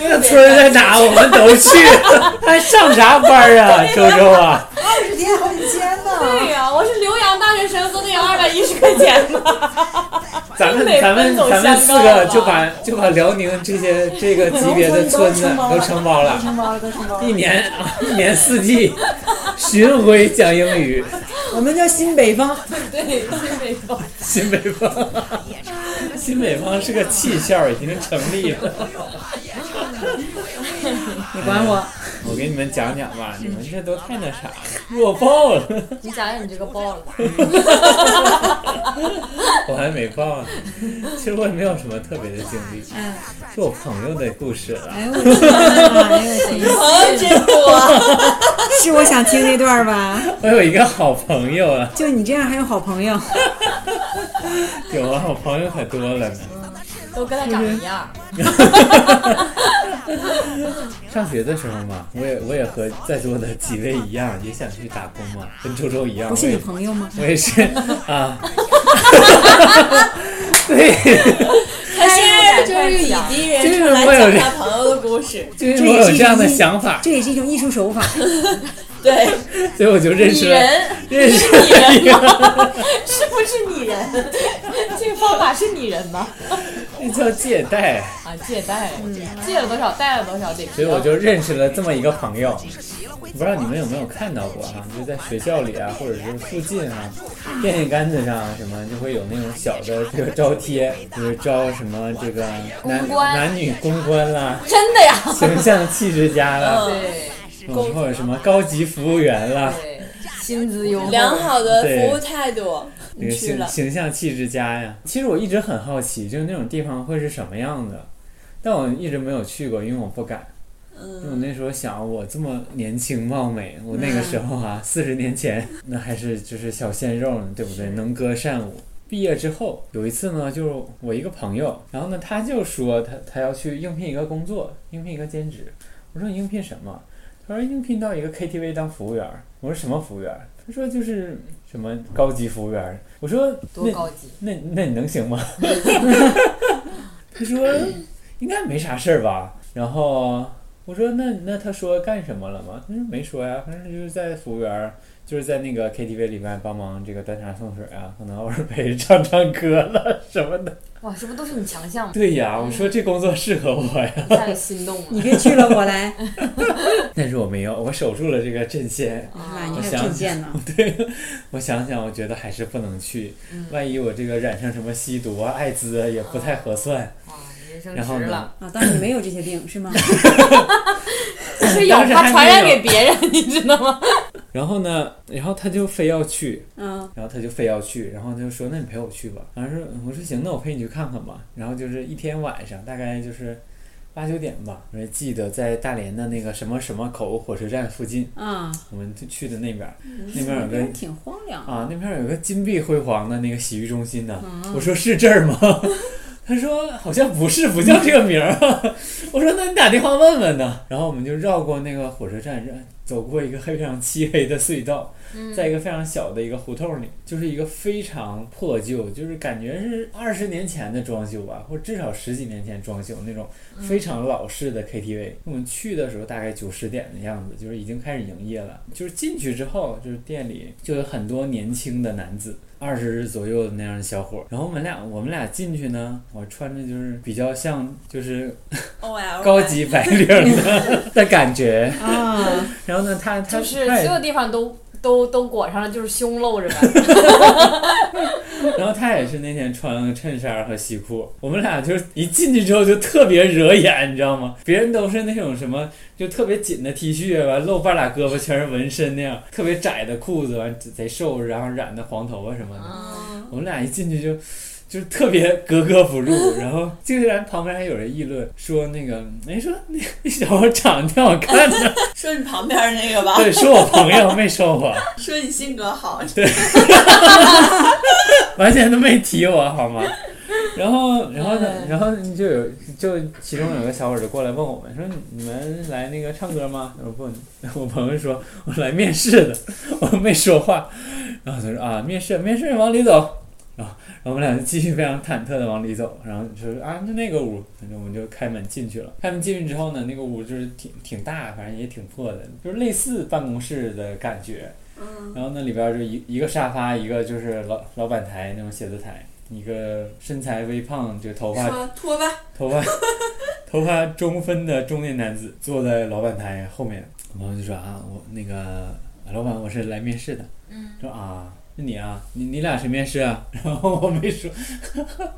Speaker 2: 那个
Speaker 6: 特别
Speaker 2: 村儿在哪我们都 去，还上啥 班儿啊？周周啊，
Speaker 3: 二十天好几千呢。
Speaker 4: 对呀、我是浏阳大学生，都得有二百一十块钱呢。
Speaker 2: 咱们
Speaker 4: 东北
Speaker 2: 咱们
Speaker 4: 奔走
Speaker 2: 咱们
Speaker 4: 相
Speaker 2: 四
Speaker 4: 告
Speaker 2: 个
Speaker 4: 了
Speaker 2: 就把就把辽宁这些这 个级别的村子都承包
Speaker 3: 都
Speaker 2: 了，
Speaker 3: 承包了，都承包
Speaker 2: 一
Speaker 3: 了。
Speaker 2: 年啊一年四季 巡回讲英语，
Speaker 3: 我们叫新北方，
Speaker 4: 对，是那种。
Speaker 2: 新北方，新北方是个气象，已经成立了。
Speaker 3: 你管我？
Speaker 2: 我给你们讲讲吧，你们这都太那啥了，弱爆了，
Speaker 4: 你讲讲你这个爆了，
Speaker 2: 我还没爆呢。其实我也没有什么特别的经历，
Speaker 3: 嗯，
Speaker 2: 是我朋友的故事了。
Speaker 3: 哎呦我的天啊！哎呦我的天，
Speaker 6: 疼真多，
Speaker 3: 是我想听那段吧？
Speaker 2: 我有一个好朋友啊，
Speaker 3: 就你这样还有好朋友，
Speaker 2: 有啊，我朋友可多了 呢。
Speaker 4: 都跟他长一样。
Speaker 2: 上学的时候嘛，我也我也和在座的几位一样，也想去打工嘛，跟周周一样。
Speaker 3: 不是你
Speaker 2: 我也
Speaker 3: 朋友吗？
Speaker 2: 我也 是啊。对，
Speaker 6: 他现在就是
Speaker 4: 是
Speaker 6: 以
Speaker 4: 以
Speaker 6: 敌人
Speaker 2: 哎就是
Speaker 6: 称来
Speaker 2: 我有
Speaker 6: 讲
Speaker 2: 这
Speaker 6: 他朋友的故事，
Speaker 2: 就是
Speaker 3: 这
Speaker 2: 我
Speaker 3: 也
Speaker 2: 有
Speaker 3: 是一
Speaker 2: 这样的
Speaker 3: 种艺
Speaker 2: 想法，
Speaker 3: 这也是一种艺术手法。
Speaker 6: 对，
Speaker 2: 所以我就认
Speaker 4: 拟
Speaker 2: 识了
Speaker 4: 人
Speaker 2: 认识了一个，
Speaker 4: 是不是拟人？这个方法是拟人吗？
Speaker 2: 那叫借贷。
Speaker 4: 啊，借贷，借了多少，贷了多少，得
Speaker 2: 所以
Speaker 4: 知道
Speaker 2: 我就认识了这么一个朋友，我不知道你们有没有看到过哈、就在学校里啊，或者是附近啊，电线杆子上啊什么就会有那种小的这个招贴，就是招什么这个男
Speaker 4: 公关
Speaker 2: 男女公关啦、
Speaker 4: 真的呀。
Speaker 2: 形象气质佳啦，
Speaker 4: 对
Speaker 2: 嗯或者什么高级服务员啦，
Speaker 4: 对，薪资优惠，
Speaker 6: 良好的服务态度，
Speaker 2: 这
Speaker 6: 你
Speaker 2: 个
Speaker 6: 去
Speaker 2: 形
Speaker 6: 了，
Speaker 2: 形象气质佳呀。其实我一直很好奇，就是那种地方会是什么样的，但我一直没有去过，因为我不敢。因为我
Speaker 6: 嗯，
Speaker 2: 那时候想，我这么年轻貌美，我那个时候啊，四十、年前 那还是就是小鲜肉呢，对不对？能歌善舞。毕业之后有一次呢，就是我一个朋友，然后呢，他就说他他要去应聘一个工作，应聘一个兼职。我说你应聘什么？他说应聘到一个 KTV 当服务员儿。我说什么服务员儿？他说就是什么高级服务员儿。我说
Speaker 4: 多
Speaker 2: 那
Speaker 4: 高级，
Speaker 2: 那那你能行吗？他说应该没啥事儿吧。然后我说那那他说干什么了吗？他说没说呀，反正就是在服务员儿，就是在那个 KTV 里面帮忙这个端茶送水啊，可能偶尔陪着唱唱歌了什么的。
Speaker 4: 哇，这不都是你强项吗？
Speaker 2: 对呀，我说这工作适合我呀，
Speaker 4: 一下就心动了。
Speaker 3: 你别去了，我来。
Speaker 2: 但是我没有，我守住了这个阵线。
Speaker 3: 啊，
Speaker 4: 啊
Speaker 3: 你
Speaker 2: 哦我
Speaker 3: 还有
Speaker 2: 想
Speaker 3: 证件呢？
Speaker 2: 对，我想想，我觉得还是不能去，万一我这个染上什么吸毒啊、艾滋啊，也不太合算。
Speaker 4: 哇，你人生
Speaker 2: 然后
Speaker 4: 值
Speaker 2: 呢
Speaker 4: 了，
Speaker 3: 啊，当你没有这些病是吗？
Speaker 4: 是有
Speaker 2: 当时还
Speaker 4: 怕传染
Speaker 2: 没有
Speaker 4: 给别人，你知道吗？
Speaker 2: 然后呢，然后他就非要去，
Speaker 3: 嗯，
Speaker 2: 然后他就非要去，然后他就说：“那你陪我去吧。”然后说：“我说行，那我陪你去看看吧。”然后就是一天晚上，大概就是八九点吧，我还记得在大连的那个什么什么口火车站附近，
Speaker 7: 啊，
Speaker 2: 我们就去的那边儿，那边儿有
Speaker 7: 那
Speaker 2: 个
Speaker 7: 边挺荒凉的。
Speaker 2: 啊，那边儿有个金碧辉煌的那个洗浴中心呢。我说是这儿吗？ 他说好像不是，不叫这个名儿。 我说那你打电话问问呢。然后我们就绕过那个火车站，绕走过一个非常漆黑的隧道，在一个非常小的一个胡同里，就是一个非常破旧，就是感觉是二十年前的装修吧，或至少十几年前装修那种
Speaker 8: 嗯
Speaker 2: 非常老式的 KTV。我们去的时候大概九十点的样子，就是已经开始营业了。就是进去之后，就是店里就有很多年轻的男子。二十左右的那样的小伙儿，然后我们俩我们俩进去呢，我穿着就是比较像就是
Speaker 6: ，O
Speaker 8: 哦
Speaker 6: L
Speaker 2: 高级白领的的感觉，
Speaker 7: 啊，
Speaker 2: 然后呢，他他
Speaker 8: 嗯就是
Speaker 2: 他
Speaker 8: 所
Speaker 2: 也
Speaker 8: 有地方都都都裹上了，就是胸露着呗。
Speaker 2: 然后他也是那天穿了个衬衫和西裤，我们俩就是一进去之后就特别惹眼，你知道吗？ 别人都是那种什么就特别紧的 T 恤，完露半拉胳膊全是纹身那样，特别窄的裤子，完啊贼瘦，然后染的黄头发什么的。我们俩一进去就。就是特别格格不入，然后竟然旁边还有人议论说那个， 哎，说那那小伙长得挺好看的，
Speaker 6: 说你旁边那个吧，
Speaker 2: 对，说我朋友没说我，
Speaker 6: 说你性格好，
Speaker 2: 完全都没提我好吗？ 然后，然后呢？然后就有就其中有个小伙儿就过来问我们说：“你们来那个唱歌吗？”我说：“不， 我朋友说我来面试的，我没说话。”然后他说：“啊，面试，面试，往里走。”然后，然后我们俩就继续非常忐忑的往里走。然后就说：“啊，就那个屋。”反正我们就开门进去了。开门进去之后呢，那个屋就是挺挺大，反正也挺破的，就是类似办公室的感觉。然后那里边儿就一一个沙发，一个就是老老板台那种写字台，一个身材微胖，就头发
Speaker 6: 说脱吧，
Speaker 2: 头发 头发中分的中年男子坐在老板台后面，我朋友就说啊，我那个老板我是来面试的，嗯，说啊。是你啊，你你俩谁面试啊？ 然后我没说，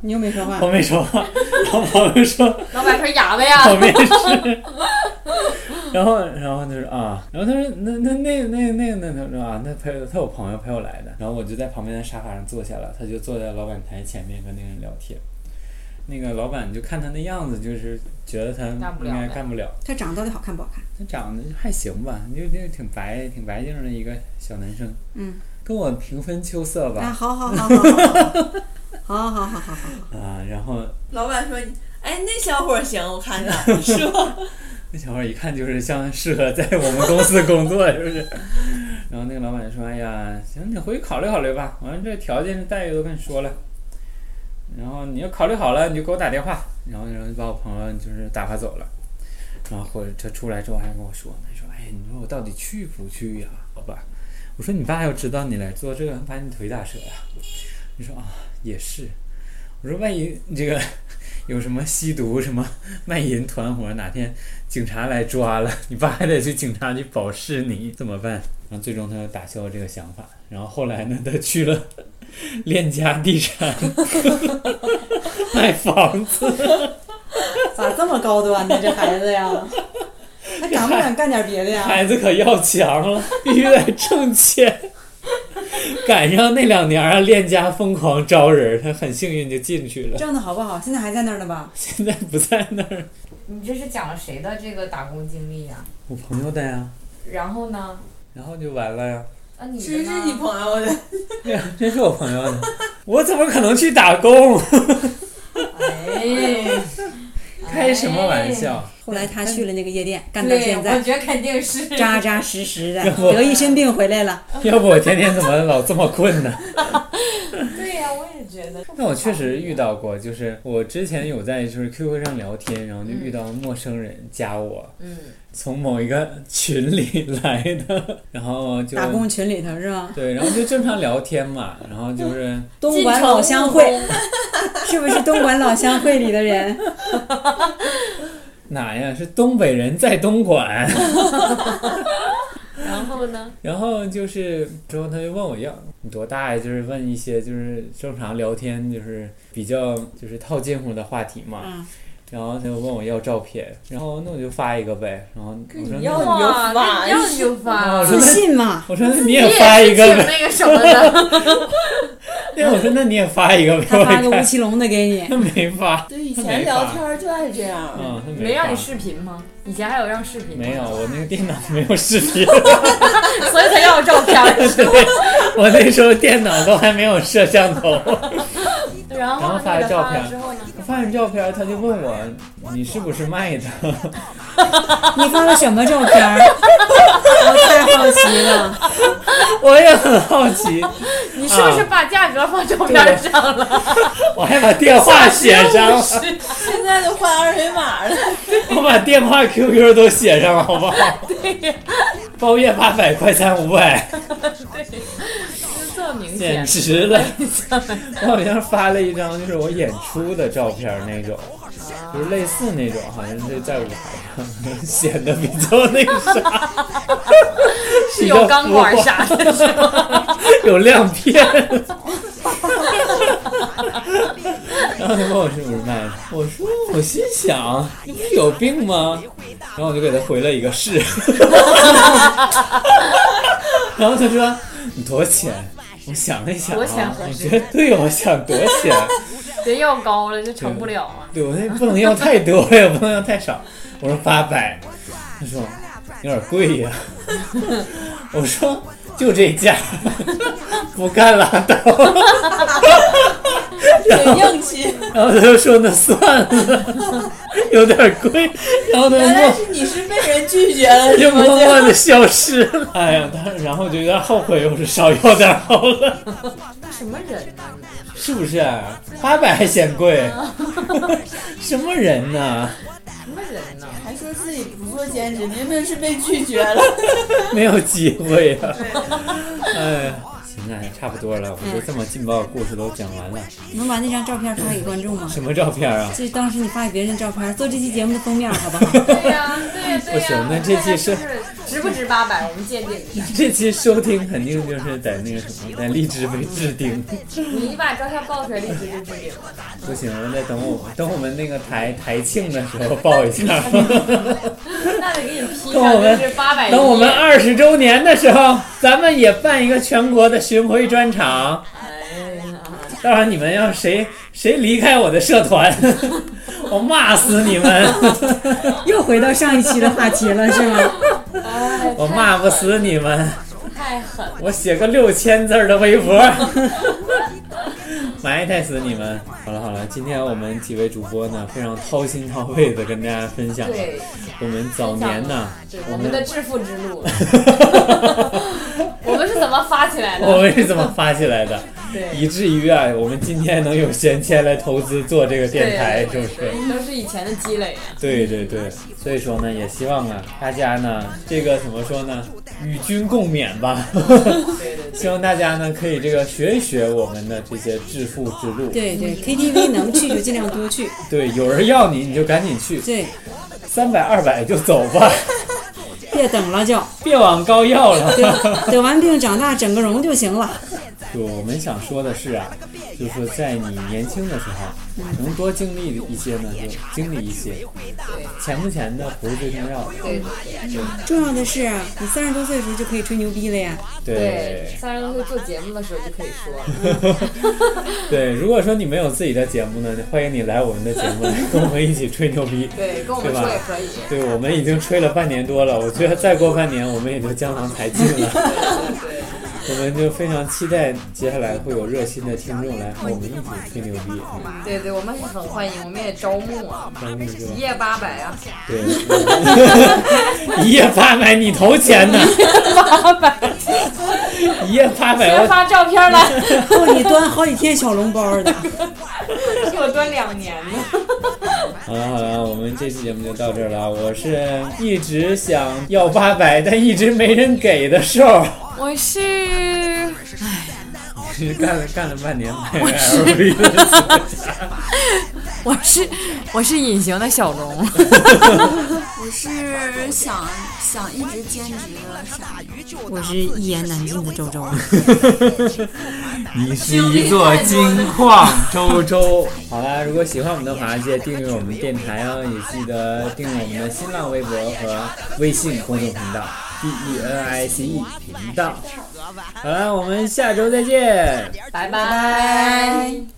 Speaker 7: 你又没说话
Speaker 2: 我。没说话。 然后朋友说，
Speaker 8: 老板说哑巴 呀，
Speaker 2: 我面试。然后，然后他说啊，然后他说那那那那那那他说啊，那陪他有朋友陪我来的，然后我就在旁边的沙发上坐下了，他就坐在老板台前面跟那个人聊天。那个老板就看他那样子，就是觉得他
Speaker 8: 干不了
Speaker 2: 应该
Speaker 8: 呗
Speaker 2: 干不了。
Speaker 7: 他长得到底好看不好看？
Speaker 2: 他长得还行吧，就就挺白、挺白净的一个小男生。
Speaker 7: 嗯，
Speaker 2: 跟我平分秋色
Speaker 7: 啊，
Speaker 2: 吧。
Speaker 7: 好好好好好好好好好好好。
Speaker 2: 啊，然后
Speaker 6: 老板说你，哎，那小伙儿行，我看着，是吧？
Speaker 2: 那小伙儿一看就是像适合在我们公司工作，是不是？然后那个老板就说：“哎呀，行，你回去考虑考虑吧。完了，这条件、待遇都跟你说了，然后你要考虑好了，你就给我打电话。”然后，然后就把我朋友就是打发走了。然后或者他出来之后还跟我说：“他说，哎，你说我到底去不去呀、老板？”我说：“你爸要知道你来做这个，把你腿打折呀、你说：“啊，也是。”我说：“万一你这个 有什么吸毒、什么 卖淫团伙，哪天警察来抓了，你爸还得去警察局保释你，怎么办？然后最终他就打消了这个想法。然后后来呢，他去了链家地产 买房子，
Speaker 3: 咋这么高端呢？这孩子呀，他敢不敢干点别的呀？
Speaker 2: 孩子可要强了，必须得挣钱。赶上那两年啊，链家疯狂招人，他很幸运就进去了，
Speaker 3: 挣的好不好？现在还在那儿呢吧？
Speaker 2: 现在不在那儿。
Speaker 8: 你这是讲了谁的这个打工经历呀？
Speaker 2: 我朋友的呀，
Speaker 8: 然后呢？
Speaker 2: 然后就完了呀。
Speaker 8: 啊，你
Speaker 6: 真
Speaker 8: 的
Speaker 6: 是
Speaker 8: 呢
Speaker 6: 你 朋友的，
Speaker 2: 对呀， 这是我朋友的， 我怎么可能去打工？
Speaker 8: 哎，
Speaker 2: 开什么玩笑？
Speaker 7: 后来他去了那个夜店，干到
Speaker 8: 哎对，
Speaker 7: 现
Speaker 8: 我
Speaker 7: 在，
Speaker 8: 觉得肯定 是
Speaker 7: 扎扎实实的，
Speaker 2: 不
Speaker 7: 得一身病回来了。
Speaker 2: 要不我天天怎么老这么困呢？
Speaker 8: 对呀、我也觉得。
Speaker 2: 那我确实遇到过，就是我之前有在就是 QQ 上聊天，然后就遇到陌生人加我，
Speaker 8: 嗯，
Speaker 2: 从某一个群里来的， 然后就
Speaker 7: 打工群里头是吧？
Speaker 2: 对，然后就正常聊天嘛，然后就是
Speaker 7: 东莞老乡会是不是东莞老乡会里的人？
Speaker 2: 哪呀？是东北人在东莞，
Speaker 8: 然后 呢？
Speaker 2: 然后就是之后他就问我要你多大呀？就是问一些就是正常聊天就是比较就是套近乎的话题嘛。
Speaker 7: 嗯
Speaker 2: 然后他就问我要照片，然后那我就发一个呗。然后我说
Speaker 8: 要
Speaker 2: 那
Speaker 8: 啊，那你要你就
Speaker 2: 啊
Speaker 8: 发
Speaker 2: 我。说
Speaker 7: 自信嘛，
Speaker 2: 我说那你
Speaker 8: 你
Speaker 2: 也
Speaker 8: 也
Speaker 2: 发一个
Speaker 8: 是
Speaker 2: 呗，
Speaker 8: 挺那个什么的，
Speaker 2: 那我说那你也发一个给
Speaker 3: 他
Speaker 2: 我
Speaker 3: 发个吴
Speaker 2: 看，
Speaker 3: 奇隆的给你，
Speaker 2: 他没发，
Speaker 6: 对，以
Speaker 2: 他没
Speaker 6: 前聊
Speaker 2: 发
Speaker 6: 天儿就爱这样。
Speaker 2: 嗯，他
Speaker 4: 没
Speaker 2: 没
Speaker 4: 让
Speaker 2: 发
Speaker 4: 你，视频吗？以前还有让视频，
Speaker 2: 没有，，我那个电脑没有视频，
Speaker 4: 所以才要照片儿。
Speaker 2: 对，我那时候电脑都还没有摄像头。
Speaker 4: 然
Speaker 2: 然后
Speaker 4: 后
Speaker 2: 发
Speaker 4: 那
Speaker 2: 了
Speaker 4: 个
Speaker 2: 照
Speaker 4: 发
Speaker 2: 片
Speaker 4: 了之后呢？
Speaker 2: 我发完照片，他就问我你是不是卖的？
Speaker 3: 你发了什么照片儿？我太好奇了，
Speaker 2: 我也很好奇，
Speaker 4: 你是
Speaker 2: 啊
Speaker 4: 不是把价格放照片上了？
Speaker 2: 我还把电话写上了，
Speaker 6: 现在都换二维码了，
Speaker 2: 我把电话、QQ 都写上了，好不好？包月八百，快餐五百，
Speaker 4: 这么明
Speaker 2: 简
Speaker 4: 显，
Speaker 2: 直了！我好像发了一张就是我演出的照片那种，就是类似那种，好像是在舞台上 显得比较那个啥，
Speaker 4: 是有钢管啥的，是吗？
Speaker 2: 有亮 片。然后他问我是不是卖的，我说哎我心想，你不是有病吗？然后我就给他回了一个 是。然后他说你多少钱？我想了一想、啊，
Speaker 4: 多少钱合
Speaker 2: 我
Speaker 4: 适
Speaker 2: 觉得对，我想多少钱？
Speaker 4: 别要高了就成不了啊。
Speaker 2: 对我那不能要太多呀，也不能要太少。我说八百，他说有点贵呀、我说就这价， 不干拉倒。
Speaker 6: 挺硬气。
Speaker 2: 然后他就说那算了，有点贵。然后他
Speaker 6: 原来
Speaker 2: 默
Speaker 6: 是你是被人拒 绝了，
Speaker 2: 就是
Speaker 6: 吗
Speaker 2: 默？默的消失了。哎呀，当时然后我就有点后悔，我说少要点好了，
Speaker 4: 什么人呐？
Speaker 2: 是不是？八百还嫌 贵，什么人呢？
Speaker 4: 什么人呢？
Speaker 6: 还说自己不做兼职，明明是被拒绝了。
Speaker 2: 没有机会呀、哎呀，行啊，也差不多了，我就这么劲爆的故事都讲完了。
Speaker 3: 能把那张照片发给观众吗？
Speaker 2: 什么照片啊？
Speaker 3: 这是当时你发给别人的照片，做这期节目的封面，好不好？
Speaker 4: 对呀，对呀，对呀。
Speaker 2: 不行那这期是
Speaker 4: 大家就是值不值八百？我们鉴定一下。
Speaker 2: 这期收听肯定就是在那个什么，在荔枝被置顶。
Speaker 4: 你把照片爆出来，立即就置顶了。
Speaker 2: 不行，那等我等我们那个台台庆的时候报 一下。
Speaker 4: 那得给你 P
Speaker 2: 等我
Speaker 4: 上，
Speaker 2: 们
Speaker 4: 就是 八百。
Speaker 2: 等我们二十周年的时候，咱们也办一个全国的巡回专场。
Speaker 4: 哎呀，
Speaker 2: 到时候你们要谁谁离开我的社团， 我骂死你们！
Speaker 3: 又回到上一期的话题了，是吗？
Speaker 4: 哎
Speaker 2: 我骂不死你们！
Speaker 4: 太狠了。
Speaker 2: 我写个六千字儿的微博，埋汰死你们！好了好了，今天我们几位主播呢，非常掏心掏肺的跟大家分享了
Speaker 4: 对，
Speaker 2: 我们早年呢，
Speaker 4: 对我们的致富之路， 我们是怎么发起 来的？
Speaker 2: 我们是怎么发起来的，
Speaker 4: 对
Speaker 2: 以至于啊，我们今天能有闲钱来投资做这个电台，是
Speaker 4: 对
Speaker 2: 不是？
Speaker 4: 对都是以前的积累啊。
Speaker 2: 对对对，所以说呢，也希望啊，大家呢，这个怎么说呢，与君共勉吧。
Speaker 4: 对对对，
Speaker 2: 希望大家呢，可以这个学一学我们的这些致富之路。
Speaker 3: 对对，KTV 能去就尽量多去。
Speaker 2: 对，有人要你，你就赶紧去，
Speaker 3: 对，
Speaker 2: 三百二百就走 吧，
Speaker 3: 别等了就，
Speaker 2: 别往高要了。
Speaker 3: 得完病长大整个容就行了。
Speaker 2: 就我们想说的是啊，就是说在你年轻的时候，能多经历一些呢，就经历一些。钱不钱的不是最重要的。
Speaker 3: 重要的是啊，你三十多岁的时候就可以吹牛逼了呀。
Speaker 2: 对
Speaker 4: 对，三十多岁做节目的时候就可以说 了。
Speaker 2: 对，如果说你没有自己的节目呢，欢迎你来我们的节目， 来跟我们一起吹牛逼。
Speaker 4: 对，跟我
Speaker 2: 对
Speaker 4: 们
Speaker 2: 吧
Speaker 4: 说也可以。
Speaker 2: 对，我们已经吹了半年多了，我觉得再过半年我们也就江郎才尽了。我们就非常期待接下来会有热心的听众来和我们一起吹牛逼。嗯
Speaker 4: 对对，我们也很欢迎，我们也招募啊，
Speaker 2: 然后那个
Speaker 4: 一夜八百啊，
Speaker 3: 哎
Speaker 2: 对， 一夜八百，你投钱 呢？
Speaker 4: 八百，
Speaker 2: 一夜八百，
Speaker 4: 先
Speaker 2: 我
Speaker 4: 发照片 来，
Speaker 3: 够哦你端好几天小笼包的。
Speaker 4: 给 我蹲两年呢。
Speaker 2: 好了好了，我们这期节目就到这儿了。我是一直想要八百，但一直没人给的瘦儿，
Speaker 4: 我是
Speaker 2: 是 干了干了半年买 LV 的，
Speaker 4: 我是我是隐形的小龙，
Speaker 6: 我是想想一直兼职的傻鱼，
Speaker 3: 我是一言难尽的周周。
Speaker 2: 你是一座金矿，周周。好啦，如果喜欢我们的话，记得订阅我们电台哦，也记得订阅我们的新浪微博和微信公众频道。 D E N I C E 频道。好了，我们下周再见。
Speaker 4: 拜拜。